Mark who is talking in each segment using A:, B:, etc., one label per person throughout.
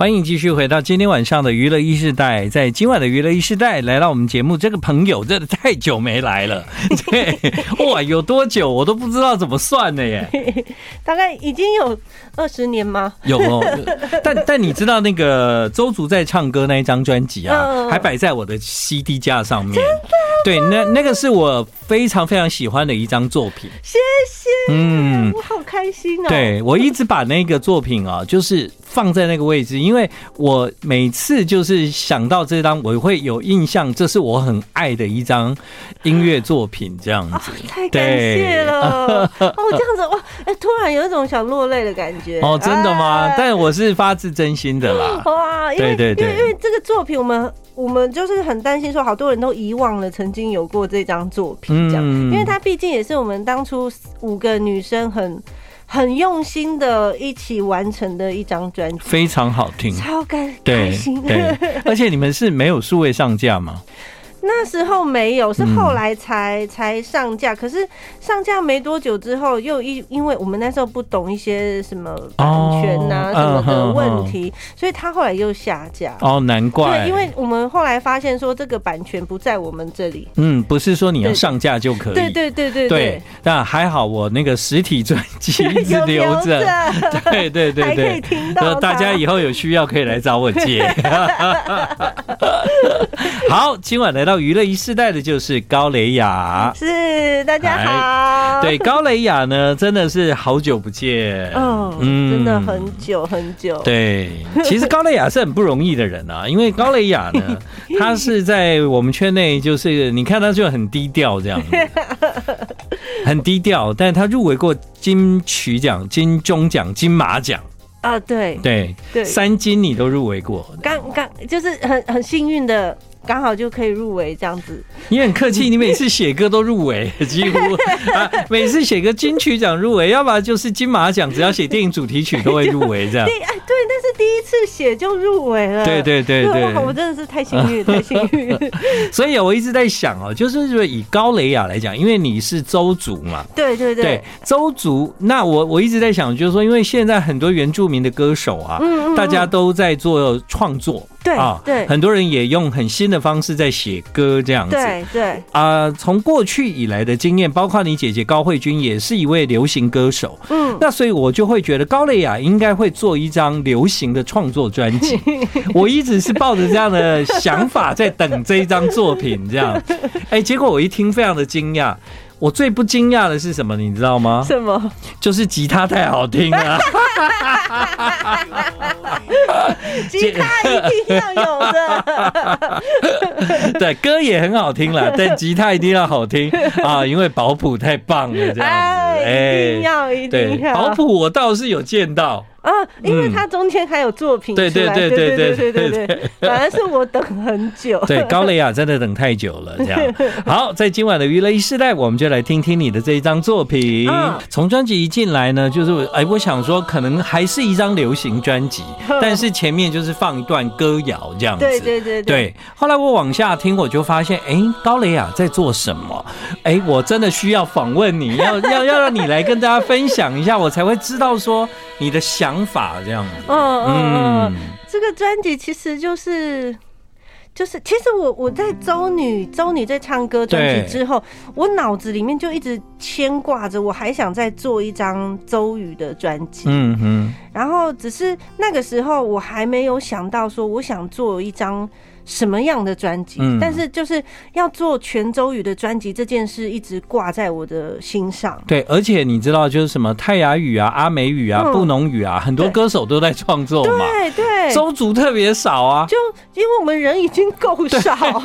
A: 欢迎继续回到今天晚上的娱乐一世代，在今晚的娱乐一世代来到我们节目，这个朋友真的太久没来 了，对，哇，有多久我都不知道怎么算的 耶。
B: 大概已经有二十年吗？
A: 有哦，但但你知道那个周竹在唱歌那一张专辑啊，
B: 嗯
A: 还摆在我的 CD 架上面。对，那那个是我非常非常喜欢的一张作品。
B: 谢谢，
A: 嗯
B: 我好 开心哦。，
A: 对我一直把那个作品啊，就是放在那个位置，因为我每次就是想到这张，我会有印象，这是我很爱的一张音乐作品，这样
B: 啊
A: 子。，
B: 太感谢 了。哦，这样子哇，哎，突然有一种想落泪的感觉。
A: 哦，真的吗
B: 哎？
A: 但我是发自真心的啦。
B: 哇，因为
A: 对对对
B: 因为因为这个作品，我们我们就是很担心说，好多人都遗忘了曾经有过这张作品，这样，
A: 嗯
B: 因为它毕竟也是我们当初五个女生很很用心的一起完成的一张专辑，
A: 非常好听。
B: 超开开
A: 嗯对
B: 心。
A: 对，而且你们是没有数位上架吗？
B: 那时候没有，
A: 嗯
B: 是后来才、才上架。可是上架没多久之后，又因因为我们那时候不懂一些什么版权呐、
A: 哦
B: 什么的
A: 嗯哼
B: 问题，所以他后来又下架。
A: 哦，难怪，
B: 对，因为我们后来发现说这个版权不在我们这里。
A: 嗯，不是说你要
B: 对
A: 上架就可以，
B: 对对对对
A: 对，那还好，我那个实体专辑 一直
B: 有
A: 留
B: 留
A: 着，
B: 着，
A: 对对对
B: 还可以
A: 对。
B: 听
A: 那
B: 到它
A: 大家以后有需要可以来找我借。 好，今晚来到娱乐一世代的就是高蕾雅。
B: 是大家好，
A: 啊哎对，，高蕾雅呢，真的是好久不见。
B: 嗯，真的很久很久，
A: 对，其实高蕾雅是很不容易的人 啊，因为高蕾雅呢，她是在我们圈内就是你看她就很低调这 样子，很低调，但她入围过金曲奖、金钟奖、金马奖，
B: 啊，对
A: 对，
B: 对，
A: 三金你都入围过，
B: 刚刚就是很很幸运的，刚好就可以入围这样子。
A: 你很客气，你每次写歌都入 围，几乎啊，每次写歌金曲奖入围，要不然就是金马奖，只要写电影主题曲都会入围这样
B: 第，哎对，但是第一次写就入围了。
A: 对对对对
B: 哇我真的是太幸 运，太幸运。
A: 所以我一直在想哦，就是说以高蕾雅来讲，因为你是周族嘛。
B: 对对
A: 对，周族，那我我一直在想，就是说，因为现在很多原住民的歌手啊，
B: 嗯嗯嗯
A: 大家都在做创作，啊
B: 对对
A: 很多人也用很新的方式在写歌这样子。
B: 对对
A: 啊、从过去以来的经验，包括你姐姐高慧君也是一位流行歌手，
B: 嗯，
A: 那所以我就会觉得高蕾雅应该会做一张流行的创作专 辑。我一直是抱着这样的想法在等这一张作品，这样，哎、结果我一听非常的惊讶。我最不惊讶的是什么，你知道吗？
B: 什么？
A: 就是吉他太好听啊 了。
B: 吉他一定要有的。
A: 对，歌也很好听了，但吉他一定要好听啊，因为保普太棒了， 这样子。
B: 哎，一定
A: 哎
B: 要一
A: 对
B: 定，要。
A: 保普我倒是有见到。
B: 啊，因为它中间还有作品出
A: 对
B: 来。
A: 对对对
B: 对
A: 对
B: 对
A: 对
B: 对对。反而是我等很 久。
A: 对，高蕾雅真的等太久了，这 样。好，在今晚的娱乐一时代，我们就来听听你的这一张作品
B: 嗯。
A: 从专辑一进来呢，就是哎，我想说，可能还是一张流行专辑，但是前面就是放一段歌谣这样子。
B: 嗯对对对
A: 对，后来我往下听，我就发现，哎，高蕾雅在做什么？哎，我真的需要访问你，要要要让你来跟大家分享一下，我才会知道说你的想法这样 子。
B: 嗯嗯
A: 嗯
B: 嗯，，这个专辑其实就是。就是，其实我我在周女周女在唱歌专
A: 对
B: 辑之后，我脑子里面就一直牵挂着，我还想再做一张周瑜的专辑。
A: 嗯哼，
B: 然后只是那个时候我还没有想到说我想做一张什么样的专辑，
A: 嗯
B: 但是就是要做全周瑜的专辑这件事一直挂在我的心上。
A: 对，而且你知道，就是什么泰雅语啊、阿美语啊、
B: 嗯
A: 布农语啊，很多歌手都在创作嘛。
B: 对对，
A: 哦周族特别少 啊，
B: 就因为我们人已经够少了。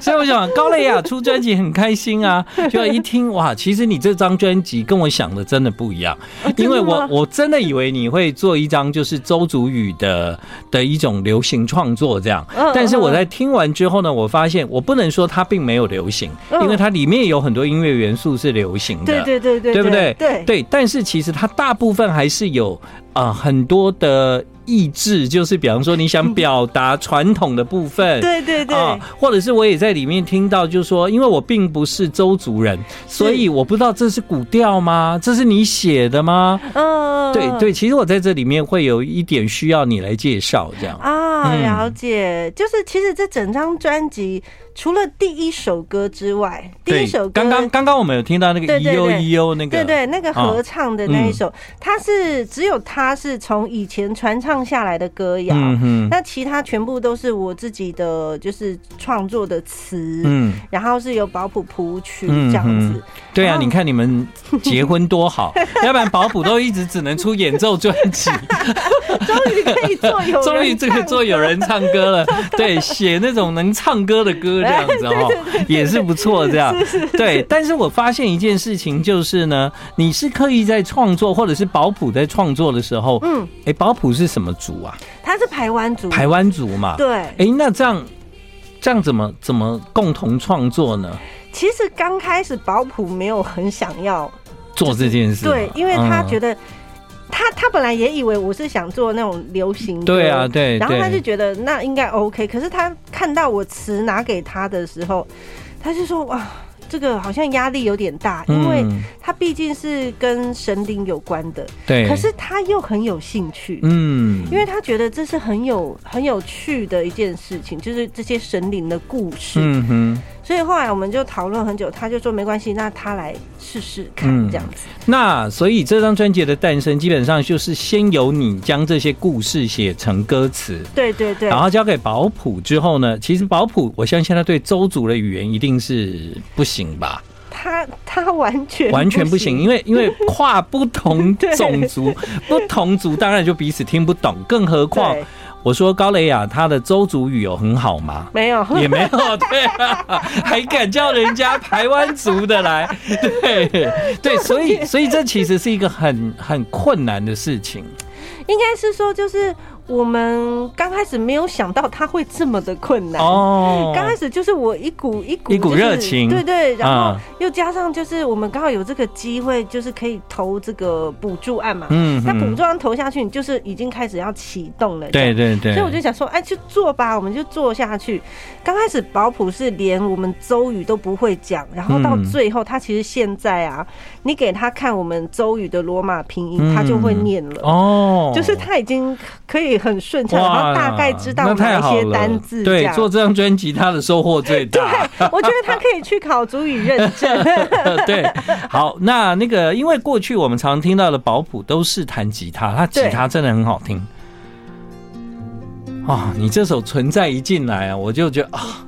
A: 所以我想高蕾雅出专辑很开心 啊，就一听哇，其实你这张专辑跟我想的真的不 一样，因为我
B: 吗
A: 我真的以为你会做一张就是周族语的的一种流行创作这样
B: 嗯，
A: 但是我
B: 嗯
A: 在听完之后呢，我发现我不能说它并没有流行，因为
B: 嗯
A: 它里面有很多音乐元素是流行的，
B: 对对对对，
A: 对不对？
B: 对
A: 呃但是其实它大部分还是有啊很多的意志，就是比方说你想表达传统的部分，
B: 对对对，
A: 啊，或者是我也在里面听到，就是说，因为我并不是周族人，所以我不知道这是古调吗？这是你写的吗？
B: 嗯，
A: 对对，其实我在这里面会有一点需要你来介绍，这样。
B: 啊，
A: 嗯
B: 了解，就是其实这整张专辑除了第一首歌之外，第一
A: 对
B: 首歌
A: 刚刚刚刚我们有听到那个
B: 对
A: 咿
B: 对
A: 呦
B: 对
A: 咿呦那个，
B: 对对，那个
A: 啊
B: 合唱的那一首，它是只有它是从以前传唱下来的歌谣，
A: 嗯哼，
B: 那其他全部都是我自己的就是创作的词，
A: 嗯，
B: 然后是由保普谱曲
A: 嗯
B: 这样子。
A: 嗯对啊，
B: 哦
A: 你看你们结婚多 好，要不然保普都一直只能出演奏专辑，
B: 终于可以做有人
A: 终于这个
B: 唱
A: 做有人唱歌了，对，写那种能唱歌的歌这样子 哦，也是不错这样。对，但是我发现一件事情就是呢，你是刻意在创作，或者是保普在创作的时候，嗯
B: 嗯，
A: 哎，保普是什么族啊？
B: 他是台湾族，
A: 台湾族嘛。
B: 对，
A: 哎，那这样这样怎么怎么共同创作呢？
B: 其实刚开始保普没有很想要，
A: 做这件事嘛，嗯
B: 对，因为他觉
A: 得
B: 得。他他本来也以为我是想做那种流行歌，
A: 对啊，对，
B: 然后他
A: 对
B: 就觉得那应该 OK，可是他看到我词拿给他的时候，他就说哇，这个好像压力有点大，因为
A: 嗯
B: 他毕竟是跟神灵有关的，
A: 对，
B: 可是他又很有兴趣。
A: 嗯，
B: 因为他觉得这是很有很有趣的一件事情，就是这些神灵的故事，
A: 嗯哼，
B: 所以后来我们就讨论很久，他就说没关系，那他来试试看
A: 嗯
B: 这样子。
A: 那所以这张专辑的诞生，基本上就是先由你将这些故事写成歌词。
B: 对对对，
A: 然后交给保普之后呢，其实保普，我相信他对周族的语言一定是不行吧，
B: 他他完全
A: 完全不行，因为因 为跨不同种族、不同族，当然就彼此听不懂，更何况
B: 对
A: 我说高雷雅她的周族语有很好吗？
B: 没有，
A: 也没有对、啊，还敢叫人家台湾族的 来，对对，所以所以这其实是一个很很困难的事情，
B: 应该是说，就是我们刚开始没有想到它会这么的困难。
A: 哦
B: 刚开始就是我一股一股、
A: 一股
B: 就是
A: 热情
B: 对对，然后
A: 嗯
B: 又加上就是我们刚好有这个机会，就是可以投这个补助案嘛。
A: 嗯
B: 那补
A: 嗯
B: 助案投下去，你就是已经开始要启动了。
A: 对。对对，
B: 所以我就想说，哎，去做吧，我们就做下去。刚开始保普是连我们周语都不会讲，然后到
A: 嗯
B: 最后，他其实现在啊，你给他看我们周语的罗马拼音，他就会
A: 嗯
B: 念了。
A: 哦，
B: 就是他已经可以很顺畅，然后大概知道
A: 那太
B: 哪一
A: 好
B: 些
A: 了
B: 单字这
A: 对，
B: 样。
A: 做这张专辑他的收获最 大。
B: 我觉得他可以去考主语认 证。
A: 对，好，那那个，因为过去我们常听到的保普都是弹吉他，他吉他真的很好听。啊、你这首《存在》一进来啊，我就觉得啊。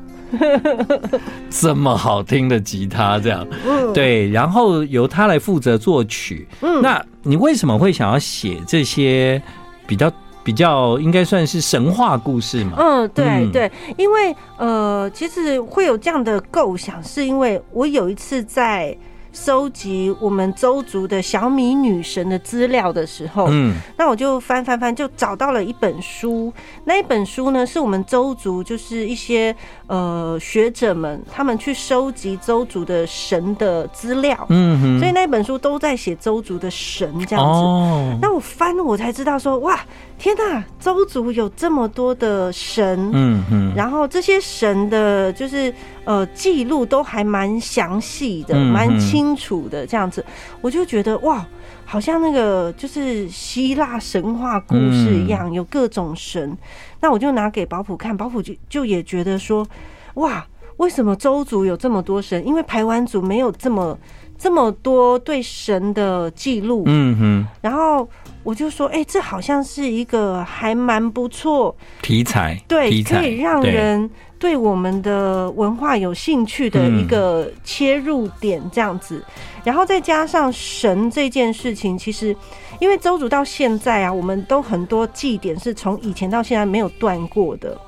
A: 这么好听的吉他，这样
B: 嗯，
A: 对，然后由他来负责作曲。
B: 嗯
A: 那你为什么会想要写这些比较比较应该算是神话故事嘛？
B: 嗯，对
A: 嗯
B: 对，因为呃，其实会有这样的构想，是因为我有一次在收集我们周族的小米女神的资料的时候，
A: 嗯
B: 那我就翻翻翻，就找到了一本书。那一本书呢，是我们周族就是一些呃学者们他们去收集周族的神的资料，
A: 嗯哼，
B: 所以那一本书都在写周族的神这样子。
A: 哦，
B: 那我翻我才知道说，哇，天呐，周族有这么多的神。
A: 嗯哼，
B: 然后这些神的，就是呃记录都还蛮详细的，
A: 嗯
B: 蛮
A: 嗯
B: 清楚的这样子，我就觉得哇，好像那个就是希腊神话故事
A: 嗯
B: 一样，有各种神。那我就拿给保普看，保普就就也觉得说，哇，为什么周族有这么多神？因为排湾族没有这么这么多对神的记录，
A: 嗯哼，
B: 然后我就说，哎、这好像是一个还蛮不错，
A: 题材
B: 对，
A: 题材
B: 可以让
A: 对
B: 人对我们的文化有兴趣的一个
A: 嗯
B: 切入点，这样子。然后再加上神这件事情，其实因为周族到现在啊，我们都很多祭典是从以前到现在没有断过的。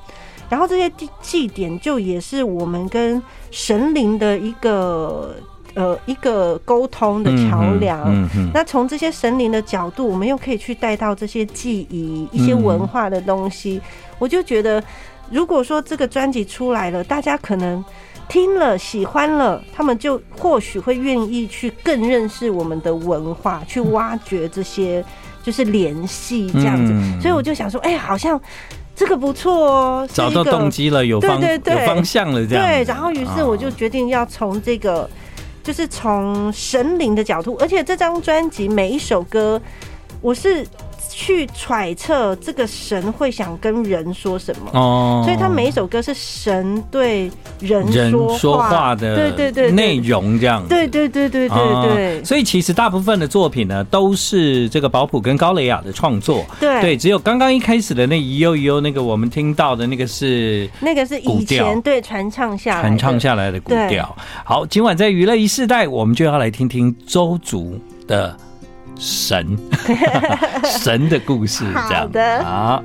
B: 然后这些祭祭典就也是我们跟神灵的一个呃一个沟通的桥梁。
A: 嗯哼，嗯哼
B: 那从这些神灵的角度，我们又可以去带到这些记忆、一些
A: 嗯
B: 文化的东西。我就觉得，如果说这个专辑出来了，大家可能听了、喜欢了，他们就或许会愿意去更认识我们的文化，去挖掘这些就是联系这样子，
A: 嗯
B: 所以我就想说，哎、好像这个不错哦，是
A: 找
B: 一
A: 到
B: 个
A: 动机了，有
B: 对
A: 方
B: 对对
A: 有方向了，这样啊
B: 对，
A: 子
B: 然后于是我就决定要从这个，就是从神灵的角度，而且这张专辑每一首歌，我是去揣测这个神会想跟人说什么。
A: 哦，
B: 所以他每一首歌是神对人
A: 人
B: 说话
A: 说话的
B: 对对对对
A: 内容这样子，
B: 对对对对对对
A: 啊，所以其实大部分的作品呢，都是这个保普跟高蕾雅的创作。
B: 对
A: 对，只有刚刚一开始的那一悠一悠那个，我们听到的那个是
B: 那个是
A: 古
B: 以
A: 调
B: 前对传唱下来的，
A: 传唱下来的古调。好，今晚在娱乐一世代，我们就要来听听周族的 神神的故事，这样
B: 好的
A: 好，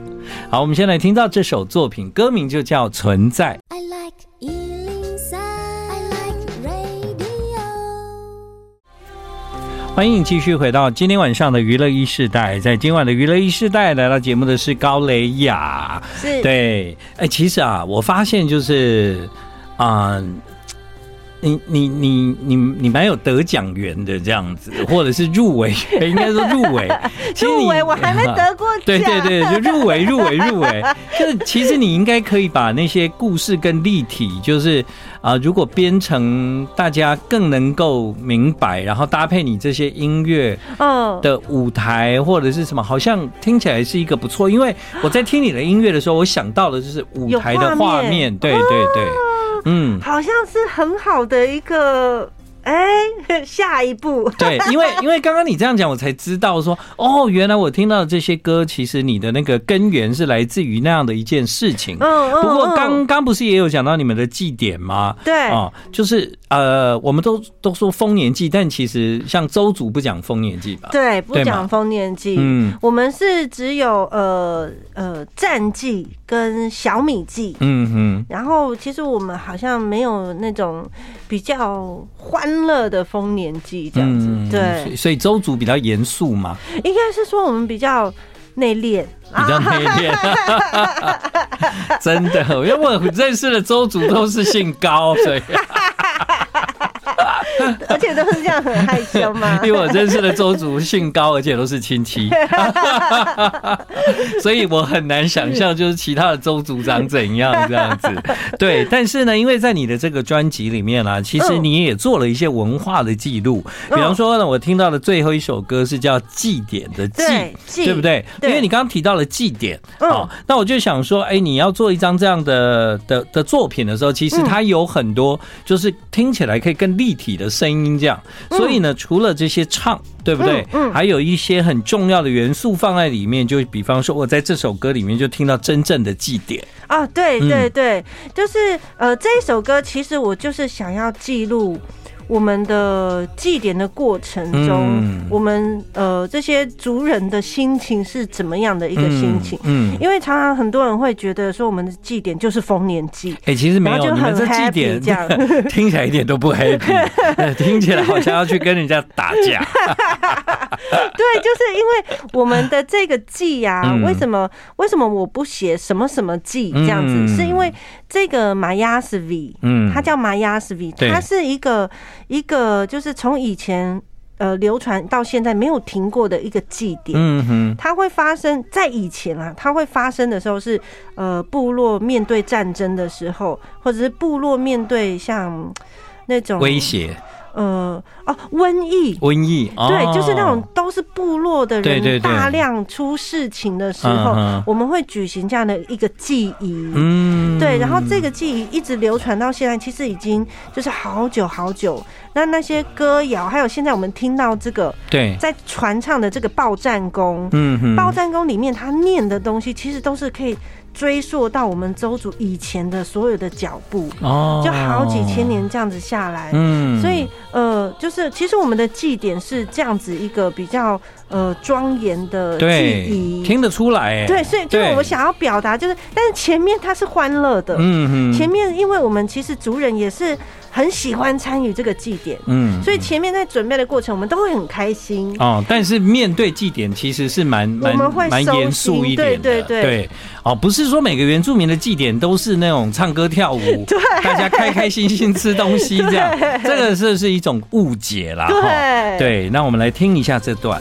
A: 好，我们先来听到这首作品，歌名就叫《存在》。
C: I like Ealing Sound. I like radio.
A: 欢迎继续回到今天晚上的娱乐一世代，在今晚的娱乐一世代来到节目的是高蕾雅，
B: 是，
A: 对，哎、其实啊，我发现就是，啊、你你你你你蛮有得奖缘的这样子，或者是入围，应该说入 围，其实你
B: 入围我还没得过奖，
A: 对对对，就入围入围入围。就是其实你应该可以把那些故事更立体，就是啊、如果编成大家更能够明白，然后搭配你这些音乐
B: 嗯，
A: 的舞台或者是什么，好像听起来是一个不错。因为我在听你的音乐的时候，我想到的就是舞台的
B: 有
A: 画
B: 画面
A: 面，对对对，
B: 啊
A: 嗯。
B: 好像是很好的一个，哎、下一步，
A: 对，因为因为刚刚你这样讲，我才知道说，哦，原来我听到的这些歌，其实你的那个根源是来自于那样的一件事情。
B: 嗯嗯，
A: 不过
B: 嗯
A: 刚刚不是也有讲到你们的祭典吗？
B: 对
A: 哦，就是呃，我们都都说丰年祭，但其实像周族不讲丰年祭吧？
B: 对不
A: 对嘛
B: 讲丰年祭，
A: 嗯
B: 我们是只有呃呃战绩跟小米祭。
A: 嗯哼，
B: 然后，其实我们好像没有那种比较欢乐的丰年祭这样子，
A: 嗯所以
B: 对，
A: 所以周族比较严肃嘛，
B: 应该是说我们比较内敛，
A: 比较内 敛，真的，因为我认识的周族都是姓高，所 以。
B: 而且都是这样很害羞嘛
A: 因为我认识的周族姓高，而且都是亲戚， 所以我很难想象就是其他的周族长怎样这样子。对，但是呢，因为在你的这个专辑里面啊，其实
B: 嗯
A: 你也做了一些文化的记录，比方说呢，我听到的最后一首歌是叫《祭典》的祭
B: 对，祭
A: 对不对？因
B: 对
A: 为你刚刚提到了祭典，
B: 嗯
A: 哦，那我就想说，哎，你要做一张这样的的的作品的时候，
B: 嗯
A: 其实它有很多就是听起来可以更立体的声音，这样。所以呢，除了这些唱，对不对？
B: 嗯嗯嗯
A: 还有一些很重要的元素放在里面，就比方说，我在这首歌里面就听到真正的祭典，
B: 啊，对
A: 嗯
B: 对对，就是呃，这一首歌其实我就是想要记录我们的祭典的过程中，
A: 嗯
B: 我们呃这些族人的心情是怎么样的一
A: 一
B: 个心情。
A: 嗯。嗯
B: 因为常常很多人会觉得说我们的祭典就是丰年祭，
A: 哎、其实没
B: 然
A: 有，
B: 后就
A: 你们这
B: 很
A: 祭
B: happy
A: 典
B: 这样
A: 听起来一点都不 happy，听起来好像要去跟人家打架。
B: 对，就是因为我们的这个祭呀、
A: 嗯
B: 为什么为什么我不写什么什么祭这样子？
A: 嗯
B: 是因为这个玛雅斯维，
A: 嗯，
B: 它叫玛雅斯维，
A: 对
B: 它是一个一个就是从以前呃流传到现在没有停过的一个祭典。
A: 嗯哼，
B: 它会发生在以前啊，它会发生的时候是呃部落面对战争的时候，或者是部落面对像那种
A: 威胁、
B: 呃哦瘟疫。
A: 瘟疫，哦
B: 对，就是那种都是部落的
A: 对对对
B: 人大量出事情的时
A: 嗯
B: 候
A: 嗯，
B: 我们会举行这样的一个祭仪。
A: 嗯，
B: 对，然后这个记忆一直流传到现在，其实已经就是好久好久。那那些歌谣，还有现在我们听到这个
A: 对，
B: 在传唱的这个报战功，
A: 嗯哼
B: 报战功里面他念的东西，其实都是可以追溯到我们周族以前的所有的脚步，
A: 哦
B: 就好几千，年这样子下来。
A: 嗯
B: 所以，呃，就是其实我们的祭典是这样子一个比较呃庄严的
A: 对
B: 祭仪，
A: 听得出来，哎
B: 对，所以就是我们，想要表达，就是但是前面它是欢乐的，
A: 对嗯哼，
B: 前面，因为我们其实族人也是很喜欢参与这个祭典，
A: 嗯，
B: 所以前面在准备的过程，我们都会很开心。
A: 哦，但是面对祭典其实是蛮蛮
B: 我们会
A: 蛮
B: 收
A: 严肃
B: 心
A: 一点的，
B: 对对对
A: 哦，不是说每个原住民的祭典都是那种唱歌跳舞， 对，大家开开心心吃东西这样，这个是是一种误解啦，
B: 对
A: 哈对，那我们来听一下这段。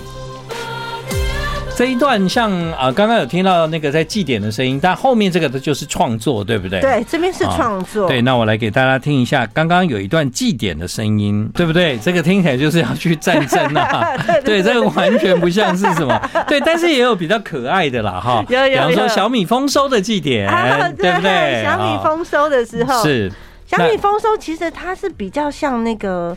A: 这一段像啊，刚刚有听到那个在祭典的声音，但后面这个的就是创作，对不对？
B: 对，这边是
A: 啊
B: 创作，
A: 对，那我来给大家听一下，刚刚有一段祭典的声音，对不对？这个听起来就是要去战争 啊，对，这个完全不像是什么，对，但是也有比较可爱的啦，哈，
B: 有有
A: 比方说
B: 有
A: 小米丰收的祭典，
B: 啊，
A: 对不对？
B: 小米丰收的时候，
A: 啊是
B: 小米丰收，其实它是比较像那个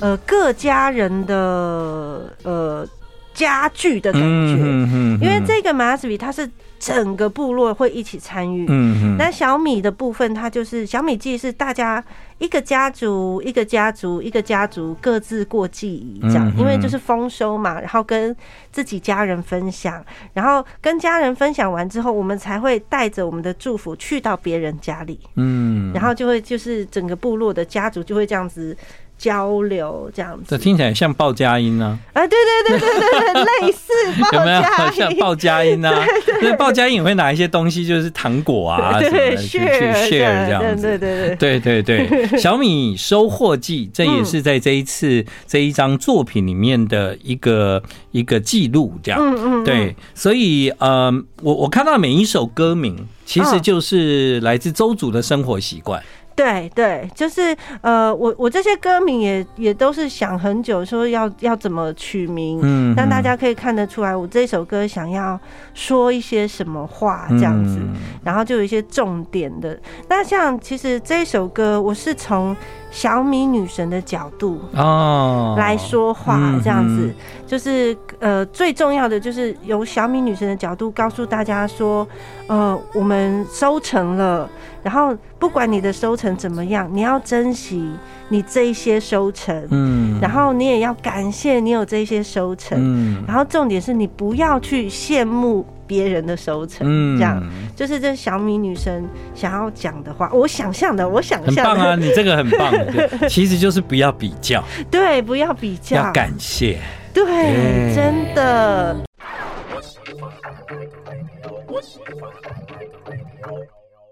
B: 呃各家人的呃家具的感觉，
A: 嗯
B: 因为这个马斯比它是整个部落会一起参与。
A: 嗯嗯
B: 那小米的部分，它就是小米祭是大家一个家族一个家族一个家族各自过祭仪这样
A: 嗯，哼
B: 因为就是丰收嘛，然后跟自己家人分享，然后跟家人分享完之后，我们才会带着我们的祝福去到别人家里，
A: 嗯，
B: 然后就会就是整个部落的家族就会这样子交流这样子
A: 这。听起来像报佳音啊，
B: 啊，对对对对对对，类似 报
A: 有没有
B: 家
A: 像
B: 音
A: 报佳音啊？那报佳音也会拿一些东西，就是糖果啊什么
B: 对
A: 的去去
B: share
A: share 这样子，
B: 对对 对对。
A: 对对 对，小米收获季，这也是在这一
B: 嗯
A: 次这一张作品里面的一个一个记录，这样。
B: 嗯嗯，嗯，
A: 对，所以呃，我我看到每一首歌名，其实就是来自周族的生活习惯。
B: 对对，就是呃，我我这些歌名也也都是想很久，说要要怎么取名，
A: 嗯
B: 让大家可以看得出来，我这首歌想要说一些什么话
A: 嗯
B: 这样子，然后就有一些重点的。那像其实这首歌，我是从小米女神的角度
A: 嗯哦
B: 来说话
A: 嗯，
B: 这样子、
A: 嗯
B: 就是呃，最重要的就是由小米女神的角度告诉大家说，呃，我们收成了，然后不管你的收成怎么样，你要珍惜你这一些收成，
A: 嗯
B: 然后你也要感谢你有这些收成，
A: 嗯
B: 然后重点是你不要去羡慕别人的收成，
A: 嗯
B: 这样。就是这小米女神想要讲的话，我想象的，我想
A: 很
B: 象
A: 棒
B: 的，
A: 啊，你这个很棒，对其实就是不要比较，
B: 对，不要比较，
A: 要感谢。
B: 对，
A: 哎
B: 真的。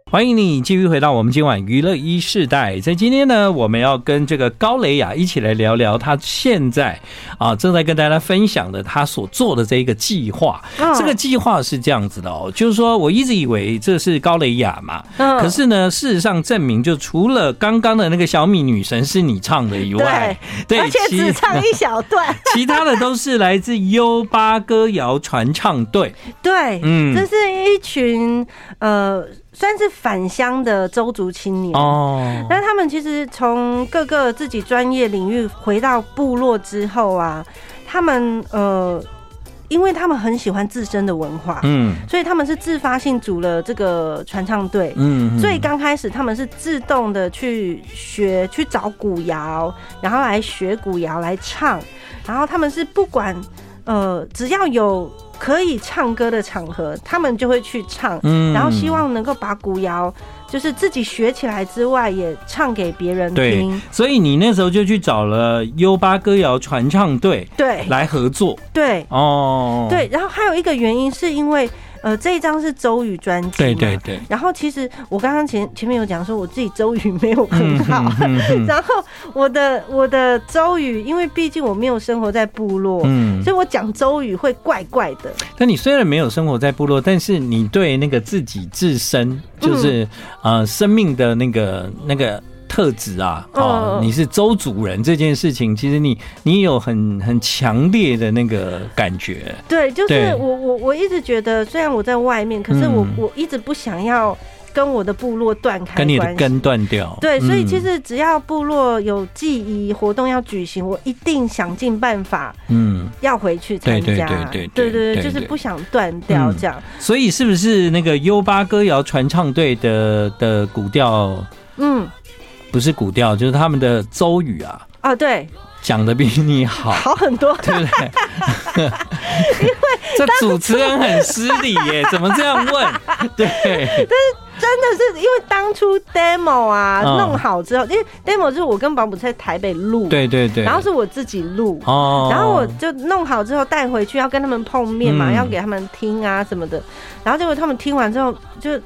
A: 欢迎你继续回到我们今晚娱乐一世代。在今天呢，我们要跟这个高蕾雅一起来聊聊她现在啊正在跟大家分享的她所做的这一个计划。
B: 嗯
A: 这个计划是这样子的哦，就是说我一直以为这是高蕾雅嘛，
B: 嗯
A: 可是呢，事实上证明就除了刚刚的那个小米女神是你唱的以外，对
B: 而且
A: 其
B: 只唱一小段，
A: 其他的都是来自优巴歌谣传唱队。
B: 对，
A: 嗯
B: 这是一群呃，算是返乡的周族青年。
A: 哦，
B: 那他们其实从各个自己专业领域回到部落之后啊，他们呃，因为他们很喜欢自身的文化，
A: 嗯
B: 所以他们是自发性组了这个传唱队。
A: 嗯，
B: 所以刚开始他们是自动的去学，去找古谣，然后来学古谣来唱，然后他们是不管呃，只要有可以唱歌的场合，他们就会去唱，
A: 嗯
B: 然后希望能够把古谣就是自己学起来之外，也唱给别人
A: 对
B: 听。，
A: 所以你那时候就去找了优巴歌谣传唱队
B: 对
A: 来合作
B: 对
A: 哦。
B: 哎对，然后还有一个原因是因为呃，这一张是周瑜专辑嘛，
A: 对对对，
B: 然后其实我刚刚前前面有讲说我自己周瑜没有很 好，
A: 嗯嗯
B: 然后我的我的周语，因为毕竟我没有生活在部落，
A: 嗯
B: 所以我讲周语会怪怪的。
A: 但你虽然没有生活在部落，但是你对那个自己自
B: 嗯
A: 身就是、呃生命的那个那个。特质啊，哦，
B: 嗯
A: 你是周主人这件事情，其实你你有很很强烈的那个感觉，
B: 对，就
A: 对
B: 是我我我一直觉得，虽然我在外面，可是我、
A: 嗯
B: 我一直不想要跟我的部落断开
A: 跟你的
B: 关系。
A: 根断掉。
B: 对，所以其
A: 嗯
B: 实只要部落有记忆活动要举行，我一定想尽办法
A: 嗯，
B: 要回去参
A: 对对
B: 加。
A: 对对对
B: 对
A: 对
B: 就是
A: 对
B: 不想断掉
A: 嗯
B: 这样。
A: 所以是不是那个优巴歌谣传唱队的的古调
B: 嗯，
A: 不是古调，就是他们的周语啊，
B: 哦，对，
A: 讲的比你好，
B: 好很多。
A: 对不对？ 这主持人很失礼耶，怎么这样问？对，
B: 真的是因为当初 demo 啊、
A: 嗯
B: 弄好之后，因为 demo 就是我跟保姆在台北录，
A: 对对对。
B: 然后是我自己录，
A: 哦
B: 然后我就弄好之后带回去要跟他们碰面嘛，
A: 嗯
B: 要给他们听啊什么的，然后结果他们听完之后就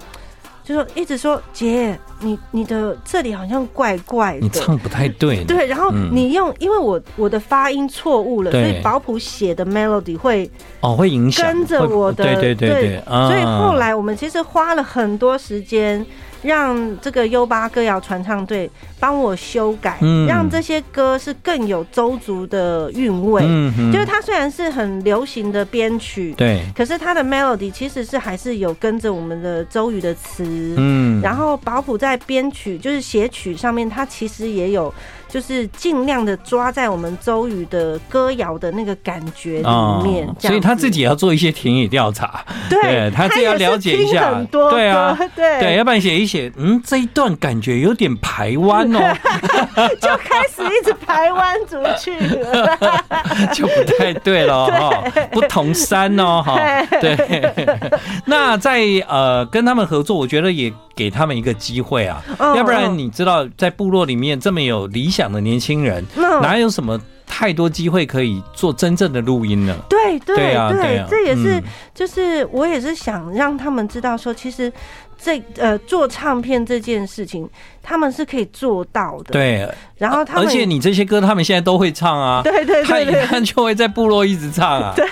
B: 就说一直说姐，你你的这里好像怪怪
A: 你
B: 的。
A: 唱不太对，，
B: 对，然后
A: 嗯
B: 你用，因为我我的发音错误了，所
A: 对
B: 以保普写的 melody 会，
A: 哦，会影响，
B: 跟着
A: 会
B: 我的
A: 对对对
B: 对
A: 对，啊
B: 所以后来我们其实花了很多时间，让这个优巴歌谣传唱队帮我修改，
A: 嗯
B: 让这些歌是更有周族的韵味。
A: 嗯哼
B: 就是它虽然是很流行的编曲，
A: 对，
B: 可是它的 melody 其实是还是有跟着我们的周瑜的词，
A: 嗯，
B: 然后保普在编曲就是写曲上面，它其实也有就是尽量的抓在我们周瑜的歌谣的那个感觉
A: 啊
B: 里面，这样子
A: 所以他自己也要做一些田野调查，对
B: 对
A: 他自己要了解一下
B: 他也是听很多歌
A: 对啊
B: 对
A: 对，要不然写一写，嗯，这一段感觉有点排湾 哦，
B: 就开始一直排湾族去了，
A: 就不太对了哈，不同山哦哈，对。 那在呃跟他们合作，我觉得也给他们一个机会啊，
B: 嗯
A: 要不然你知道，在部落里面这么有理想的年轻人，
B: 嗯
A: 哪有什么太多机会可以做真正的录音呢？
B: 对对
A: 对啊对啊
B: 这也是
A: 嗯
B: 就是我也是想让他们知道说，其实这呃做唱片这件事情，他们是可以做到的。，
A: 对，
B: 然哦后他
A: 而
B: 们
A: 且你这些歌他们现在都会唱啊，
B: 对对
A: 看
B: 对
A: 一
B: 对，
A: 看就会在部落一直唱 啊，对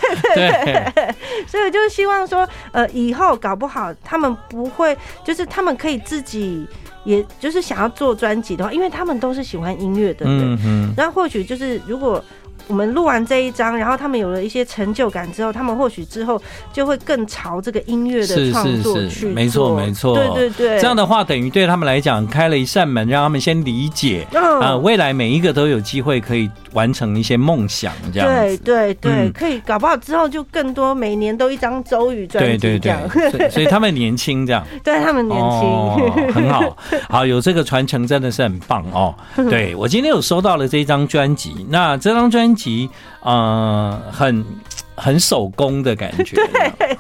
A: 对
B: 所以我就希望说，呃，以后搞不好他们不会，就是他们可以自己，也就是想要做专辑的话，因为他们都是喜欢音乐的人，
A: 嗯哼，
B: 那或许就是如果。我们录完这一张，然后他们有了一些成就感之后，他们或许之后就会更朝这个音乐
A: 是
B: 的创作
A: 是
B: 去
A: 是没错
B: 做
A: 没错
B: 对对对，
A: 这样的话等于对他们来讲开了一扇门，让他们先理解。
B: 嗯
A: 啊、未来每一个都有机会可以完成一些梦想，这样
B: 对
A: 子。
B: 对对，
A: 嗯
B: 可以搞不好之后就更多，每年都一张周语专
A: 对
B: 辑
A: 对
B: 这
A: 对
B: 样，，
A: 所以所以他们年轻这样，
B: 对他们 年轻，
A: 哦，很好，好有这个传承真的是很棒哦。对我今天有收到了这张专辑，那这张专辑，呃，很很手工的感 觉，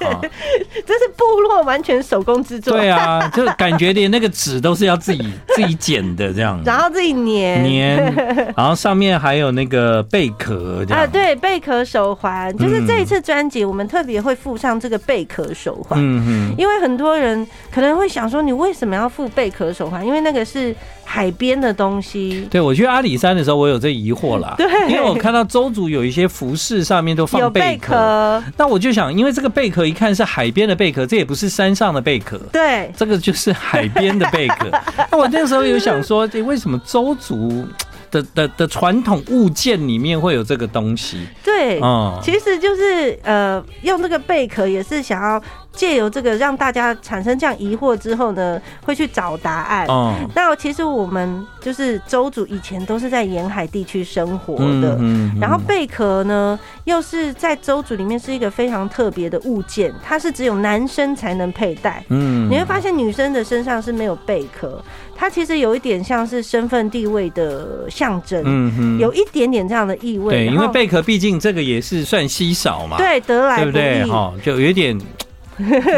A: 啊
B: 这是部落完全手工制作，
A: 对啊，就感觉连那个纸都是要自 己自己剪的这样，
B: 然后这一年
A: 粘， 然后上面还有那个贝壳这样嗯
B: 啊，，对贝壳手环，就是这一次专辑，我们特别会附上这个贝壳手环。
A: 嗯
B: 因为很多人可能会想说，你为什么要附贝壳手环？因为那个是海边的东西
A: 哼，，对我去阿里山的时候，我有这疑惑啦，对，因为我看到周族有一些服饰上面都
B: 有
A: 放贝壳。
B: 壳，
A: 那我就想，因为这个贝壳一看是海边的贝壳，这也不是山上的贝壳，
B: 对，
A: 这个就是海边的贝 壳。那我那时候有想说，诶为什么周族的的的传统物件里面会有这个东西？
B: 对，
A: 嗯，
B: 其实就是呃，用这个贝壳也是想要借由这个让大家产生这样疑惑之后呢，会去找答案。
A: 嗯，
B: 那其实我们就是周主以前都是在沿海地区生活的，
A: 嗯
B: 然后贝壳呢，又是在周族里面是一个非常特别的物件，它是只有男生才能佩戴。
A: 嗯
B: 你会发现女生的身上是没有贝壳，它其实有一点像是身份地位的象征，
A: 嗯哼
B: 有一点点这样的意味。
A: 对，
B: 然
A: 因
B: 后
A: 为贝壳毕竟这个也是算稀少嘛，
B: 对得来
A: 对
B: 不
A: 不
B: 易，
A: 对？哈，就有一 点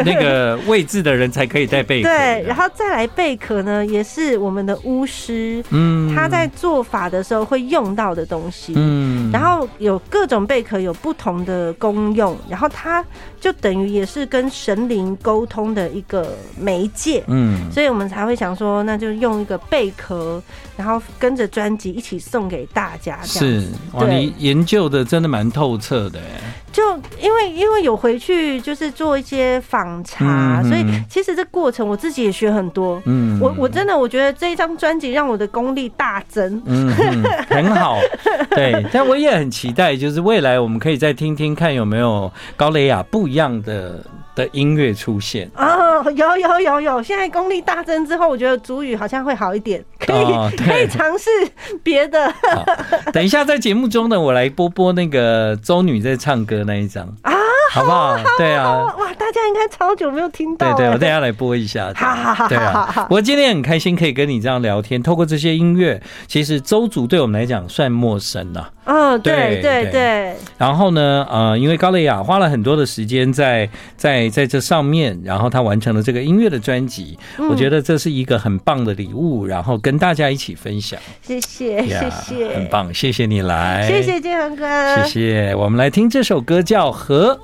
A: 那个位置的人才可以戴贝壳。
B: 对，然后再来贝壳呢，也是我们的巫师
A: 嗯
B: 他在做法的时候会用到的东西。
A: 嗯
B: 然后有各种贝壳有不同的功用，然后它就等于也是跟神灵沟通的一个媒介，
A: 嗯
B: 所以我们才会想说，那就用一个贝壳，然后跟着专辑一起送给大家。这样
A: 是哇，
B: 对
A: 你研究的真的蛮透彻的耶，欸
B: 就因为因为有回去就是做一些访查，
A: 嗯嗯
B: 所以
A: 嗯
B: 其实这过程我自己也学很多。
A: 嗯，
B: 我我真的我觉得这一张专辑让我的功力大增。
A: 嗯， 嗯很好，对，但我也很期待，就是未来我们可以再听听看有没有高雷雅不一样的的音乐出现。
B: 哦，有有有有，现在功力大增之后，我觉得主语好像会好一点，可以、
A: 哦对
B: 可以尝试 别的
A: 等一下在节目中呢，我来播播那个周女在唱歌那一张
B: 啊，
A: 好不好？对啊，
B: 哦哇！大家应该超久没有听到
A: 对
B: 了，
A: 对，我等一下来播一下。
B: 好好好
A: 对
B: 好好
A: 啊，我今天很开心可以跟你这样聊天，透过这些音乐，其实周族对我们来讲算陌生了、
B: 嗯，对
A: 对
B: 对
A: 对
B: 对，
A: 然后呢，呃，因为高蕾雅花了很多的时间在在在这上面，然后她完成了这个音乐的专辑，
B: 嗯
A: 我觉得这是一个很棒的礼物，然后跟大家一起分享，
B: 谢谢谢
A: 呀
B: 谢，
A: 很棒，谢谢你来，
B: 谢谢建恒哥，
A: 谢谢，我们来听这首歌叫《和》。